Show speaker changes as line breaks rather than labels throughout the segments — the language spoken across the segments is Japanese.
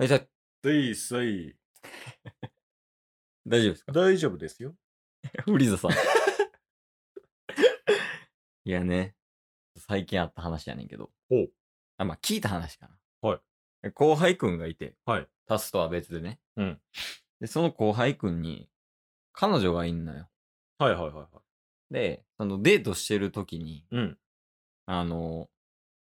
えじゃあ
ついつい。
大丈夫ですか
大丈夫ですよ。
フリーザ さん。いやね、最近あった話やねんけど。
ほう
あ、まあ、聞いた話かな。。
はい
後輩くんがいて、
はい。
タスとは別でね。
うん。
で、その後輩くんに、彼女がいんのよ。
はいはいはいはい。
で、そのデートしてる時に、
うん。
あの、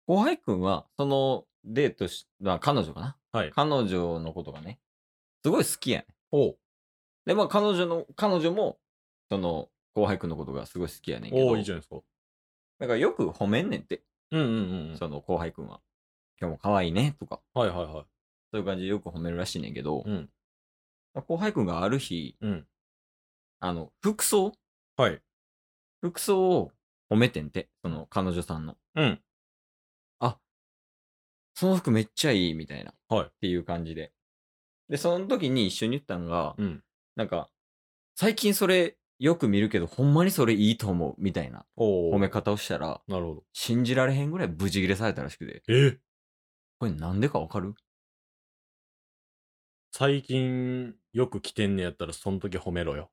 後輩くんは、そのデートし、あ彼女かな。
はい
彼女のことがね、すごい好きやねん。
おう
で、まあ、彼女の、彼女も、その、後輩くんのことがすごい好きやねんけど。
おういいじゃないですか。
だからよく褒めんねんって、
うんうんうんうん。
その後輩くんは。今日も可愛いねとか、
はいはいはい。
そういう感じでよく褒めるらしいねんけど、
うん。
後輩くんがある日、
うん。
あの、服装
はい。
服装を褒めてんて、その彼女さんの。
うん。
その服めっちゃいいみたいな。
はい
っていう感じで。で、その時に一緒に言ったんが、
うん。
なんか、最近それよく見るけど、ほんまにそれいいと思うみたいな
おう
褒め方をしたら、
なるほど。
信じられへんぐらいブチギレされたらしくて、
え
これなんでかわかる
最近よく来てんねやったらその時褒めろ よ。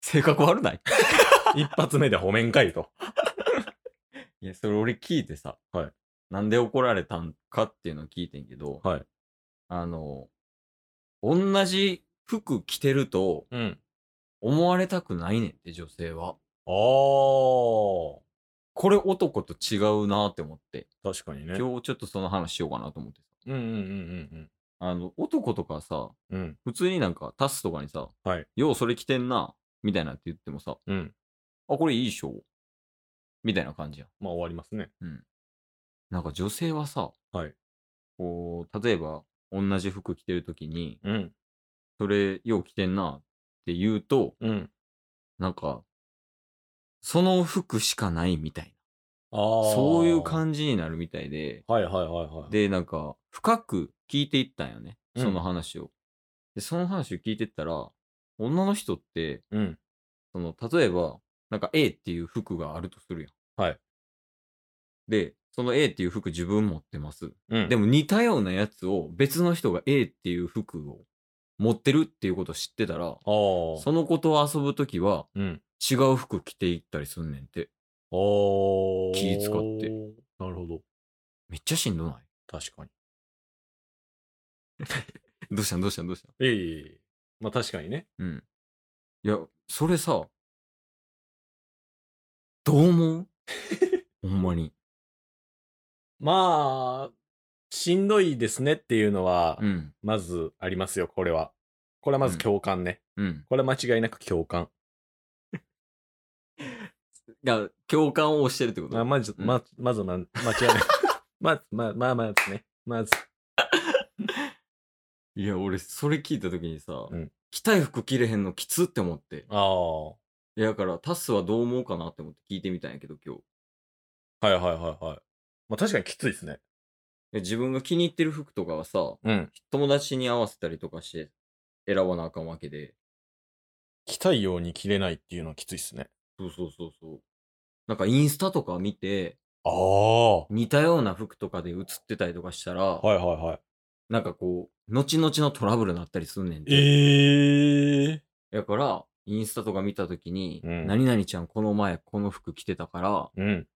性格悪ない
一発目で褒めんかいと。
いや、それ俺聞いてさ、
はい
なんで怒られたんかっていうのを聞いてんけど、
はい
あの、同じ服着てると
うん。
思われたくないねんって女性は。
あー。
これ男と違うなって思って、
確かにね。
今日ちょっとその話しようかなと思ってさ。
うんうんうん
あの、男とかさ、
うんうん。うん。
普通になんかタスとかにさ、
はい
ようそれ着てんな、みたいなって言ってもさ、
うん。
あ、これいいっしょみたいな感じやん。
まあ終わりますね。
なんか女性はさ、
はい
こう、例えば同じ服着てるときに、
うん。
それよう着てんなって言うと、
うん。
なんか、その服しかないみたい
あ
な。
ー。
そういう感じになるみたいで、
はいはいはいはい。、
で、なんか、深く聞いていったんよね。
うん
その話を。で、その話を聞いてったら、女の人って、
うん。
その、例えば、なんか A っていう服があるとするやん。
はい。
で、その A っていう服自分持ってます。
うん。
で
も、
も似たようなやつを別の人が A っていう服を持ってるっていうことを知ってたら、
あー。
その子と遊ぶときは
うん。
違う服着ていったりすんねんて。
あー。
気使って。
なるほど。
めっちゃしんどない
確かに。
どうしたんどうしたんどうしたん
いえいえいえ。まあ確かにね。
うん。いや、それさ、どう思 うほんまに。
まあ、しんどいですねっていうのは、
うん。
まずありますよ、これは。これはまず共感ね。
うん。
これは間違いなく共感。
いや、共感をしてるってこと
まあ、まず、
うん
ま、まず、ま、間違い なく。まず、ま、まあ、まずね。まず。
いや、俺、それ聞いたときにさ、
うん
着たい服着れへんのきつって思って。
ああ。はい
や、だから、タスはどう思うかなって思って聞いてみたんやけど、今日。
いはいはいはい。まあ確かにきついですね。
で自分が気に入ってる服とかはさ、
うん。
友達に合わせたりとかして選ばなあかんわけで。
着たいように着れないっていうのはきついですね。
そうそうそうそう。なんかインスタとか見て、
ああ。は
似たような服とかで写ってたりとかしたら、
いはいはい。
なんかこう、後々のトラブルになったりすんねんて。
ええ
だから、インスタとか見たときに、
うん
何々ちゃんこの前この服着てたから、
うん。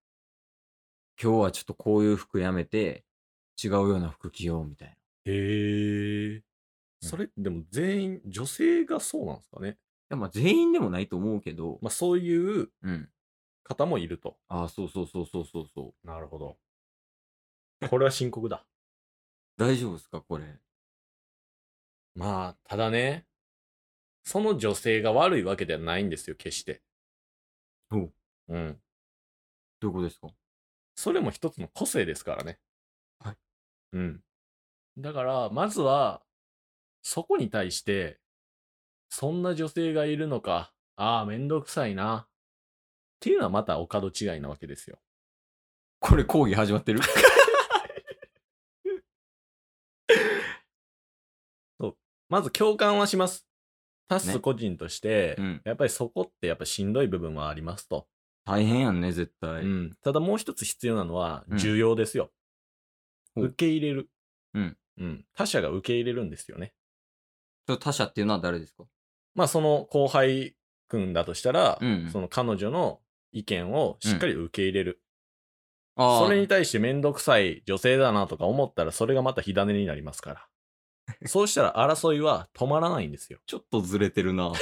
今日はちょっとこういう服やめて、違うような服着ようみたいな。い
へえ。それ、でも全員、女性がそうなんですかね。
や、まあ全員でもないと思うけど、
まあそういう
うん。
方もいると。
ああ、そうそうそうそうそうそう。
なるほど。これは深刻だ。
大丈夫ですかこれ。
まあ、ただね、その女性が悪いわけではないんですよ、決して。
おう
うん。
どういうことですか
それも一つの個性ですからね。
はい。
うん。だから、まずは、そこに対して、そんな女性がいるのか、ああ、めんどくさいな。っていうのはまたお門違いなわけですよ。
これ講義始まってる
まず共感はします。タス
ね
個人として、
うん
やっぱりそこってやっぱしんどい部分はありますと。
大変やんね、絶対。
うん、ただもう一つ必要なのは
うん
重要ですよ、
ほう
受け入れる、
うん
うん、他者が受け入れるんですよね。
それ他者っていうのは誰ですか
まあその後輩君だとしたら、
うんうん
その彼女の意見をしっかり受け入れる。
あー
それに対して面倒くさい女性だなとか思ったらそれがまた火種になりますから。そうしたら争いは止まらないんですよ。
ちょっとずれてるな。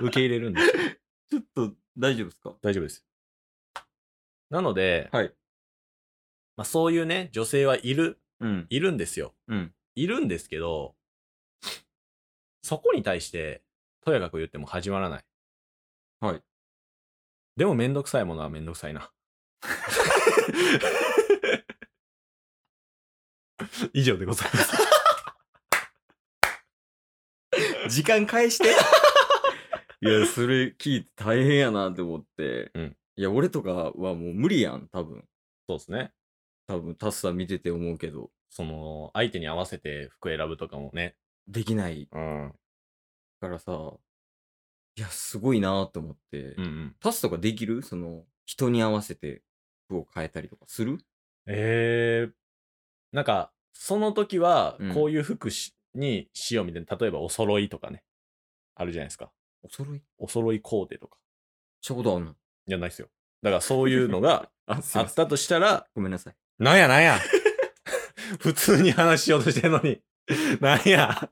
受け入れるんですよ。
ちょっと大丈夫ですか
大丈夫です。なので、
はい。
まあ、そういうね、女性はいる、
うん。
いるんですよ。
うん。
いるんですけど、そこに対して、とやかく言っても始まらない。
はい。
でもめんどくさいものはめんどくさいな。 以上でござい ます。
時間返して。いや、それ聞いて大変やなって思って。
うん
いや、俺とかはもう無理やん、多分。
そうですね。
多分、タスさん見てて思うけど、
その、相手に合わせて服選ぶとかもね。
できない
うん。うん
からさ、いや、すごいなって思って。
うん。
タスとかできるその、人に合わせて服を変えたりとかする
えー、なんか、その時は
うん、
こういう服し、にしようみたいな、例えばお揃いとかね。あるじゃないですか。
お揃い
お揃いコーデとか。
したことあるの
じゃないですよ。だからそういうのが
あ、 す
あ
いま
っ
せん。
たとしたら、
ごめんなさい。
なんやなんや普通に話しようとしてんのに。なんや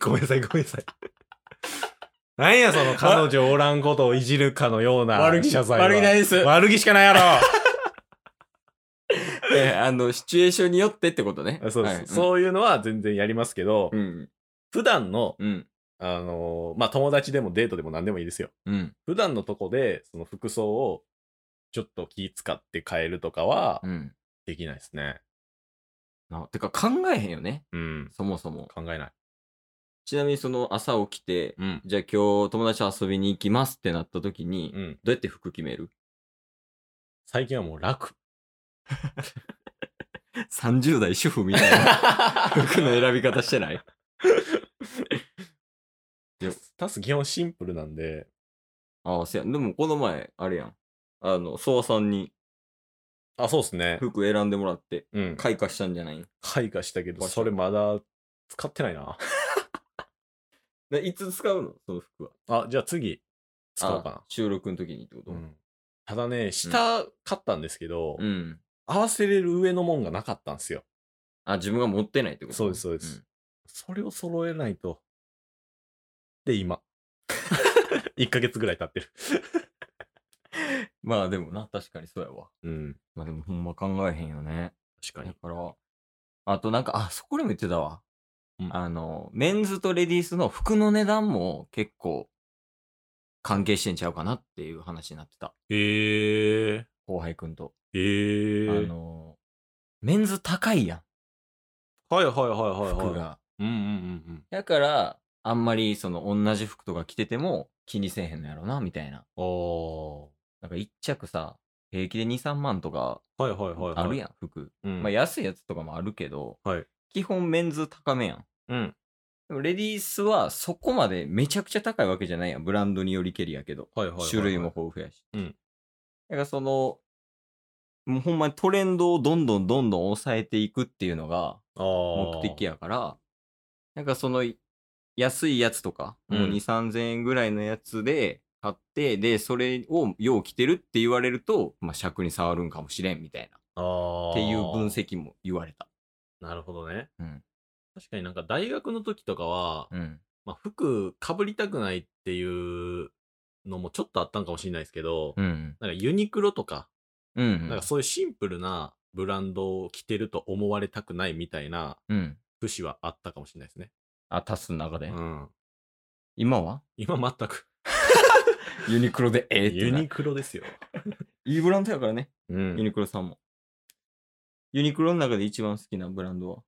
ごめんなさい、ごめんなさい。なんやその彼女おらんことをいじるかのような謝罪は
悪気ないです。
悪気しかないやろ
えあの、シチュエーションによってってことね。
そうです、
はい
そういうのは全然やりますけど、
うん。
普段の、
うん。
あのーまあ、友達でもデートでも何でもいいですよ。
うん。
普段のとこで、その服装をちょっと気使って変えるとかは
うん。
できないですね。
なてか考えへんよね。
うん。
そもそも。
考えない。
ちなみにその朝起きて、
うん。
じゃあ今日友達と遊びに行きますってなった時に、
うん。
どうやって服決める
最近はもう楽。
?30 代主婦みたいな 服の選び方してない
タス基本シンプルなんで、
ああ、せや。でもこの前、あれやん。あの、ソワさんに
あ、そうですね。
服選んでもらって、
うん。
開花したんじゃない
開花したけど、それまだ使ってないな。
でいつ使うのその服は。
あ、じゃあ次、使おうか
あ収録の時にってこと
な。うん。ただね、下買ったんですけど、
うん。
合わせれる上のもんがなかったんですよ。
あ、自分が持ってないってこと
そうですそうですそれを揃えないと。で、 今。1ヶ月ぐらい経ってる。
うんまあでもな、確かにそうやわ。
うん。
まあでもほんま考えへんよね。
確か
だ
に。
から、あとなんか、あ、そこでも言ってたわ。
うん
あの、メンズとレディースの服の値段も結構関係してんちゃうかなっていう話になってた。
へえ
後輩くんと。
ー。え
あ
ー。
の、メンズ高いやん、
はいはいはいはいはい。
服が。
うんうんうんうん。
だから、あんまりその同じ服とか着てても気にせえへんのやろな、みたいな。
お
なんか一着さ、平気で2、3万とか
ー。はいはいはい、はい。
あるやん、服。
うん。
まあ安いやつとかもあるけど、
はい
基本メンズ高めやん。
うん。
でもレディースはそこまでめちゃくちゃ高いわけじゃないやん。ブランドによりけりやけど。
はいはいはいはい
種類も豊富やし。
うん
だからその、もうほんまにトレンドをどんどんどんどん抑えていくっていうのが目
目
的やから、なんかその安いやつとか、
うん
もう2、3000円ぐらいのやつで買って、で、それをよう着てるって言われると、まあ尺に触るんかもしれんみたいな。
っ
っていう分。析も言われた。
なるほどね。
うん。
確かになんか大学の時とかは、
うん。
まあ、服被りたくないっていうのもちょっとあったんかもしれないですけど、
うん。
なんかユニクロとか、
うん。
なんかそういうシンプルなブランドを着てると思われたくないみたいな
うん。
節はあったかもしれないですね。
あ、タスの中で。
うん。
今は
今全く。
ユニクロでええって
ユ
な
ニクロですよ。
いいブランドやからね、
う
ユ
ん。
ニクロさんも。ユニクロの中で一番好きなブランドは、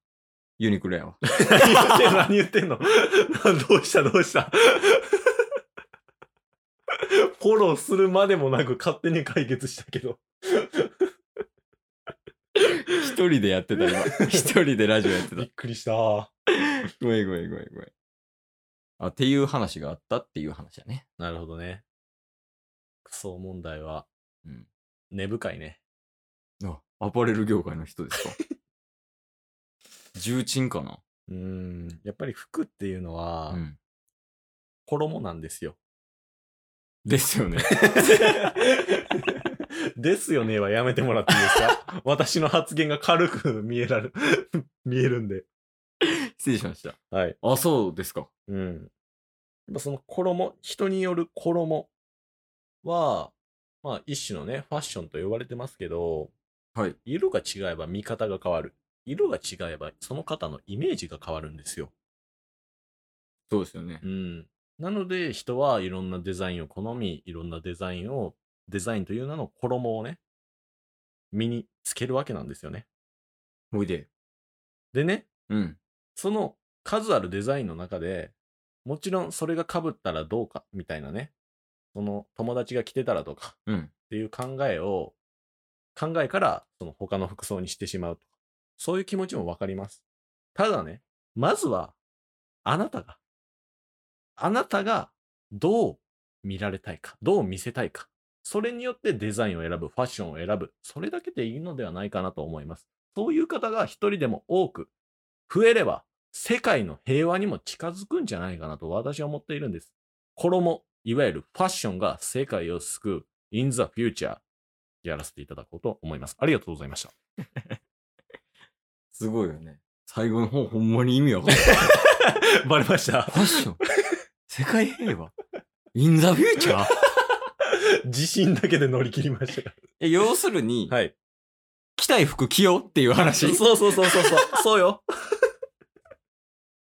ユニクロや わ。
何言ってんの どうしたどうしたフォローするまでもなく勝手に解決したけど。
一人でやってた、今。一人でラジオやってた
び。っくりした。
ごめんごめんごめんごめん。あ、っていう話があったっていう話やね。
なるほどね。服装問題は、
うん
根深いね。
あ、アパレル業界の人ですか 重鎮かな。
うーん、やっぱり服っていうのは、
うん。
衣なんですよ。
です よね。
ですよねはやめてもらっていいですか 私の発言が軽く見えられ、 見えるんで。
失礼しました。
はい。
あ、そうですか。
うん。やっぱその衣、人による衣は、まあ一種のね、ファッションと呼ばれてますけど、
はい。
色が違えば見方が変わる。色が違えばその方のイメージが変わるんですよ。
そうですよね
う。ん。なので人はいろんなデザインを好み、いろんなデザインを、デザインという名の衣をね、身につけるわけなんですよね。
おいで。
でね、
うん。
その数あるデザインの中で、もちろんそれが被ったらどうかみたいなね、その友達が着てたらとかっ
うん。
ていう考えを、考えからその他の服装にしてしまうとか、そういう気持ちもわかります。ただね、まずは、あなたが、あなたがどう見られたいか、どう見せたいか、それによってデザインを選ぶ、ファッションを選ぶ、それだけでいいのではないかなと思います。そういう方が一人でも多く増えれば、世界の平和にも近づくんじゃないかなと私は思っているんです。衣、いわゆるファッションが世界を救う、in the future やらせていただこうと思います。ありがとうございました。
すごいよね。最後の方、ほんまに意味わかん ない。
バレました。
ファッション。世界平和。インザフューチャー
自信だけで乗り切りました。
え、要するに、
はい。
着たい服着ようっていう話。
そうそうそうそうそう。そうよ。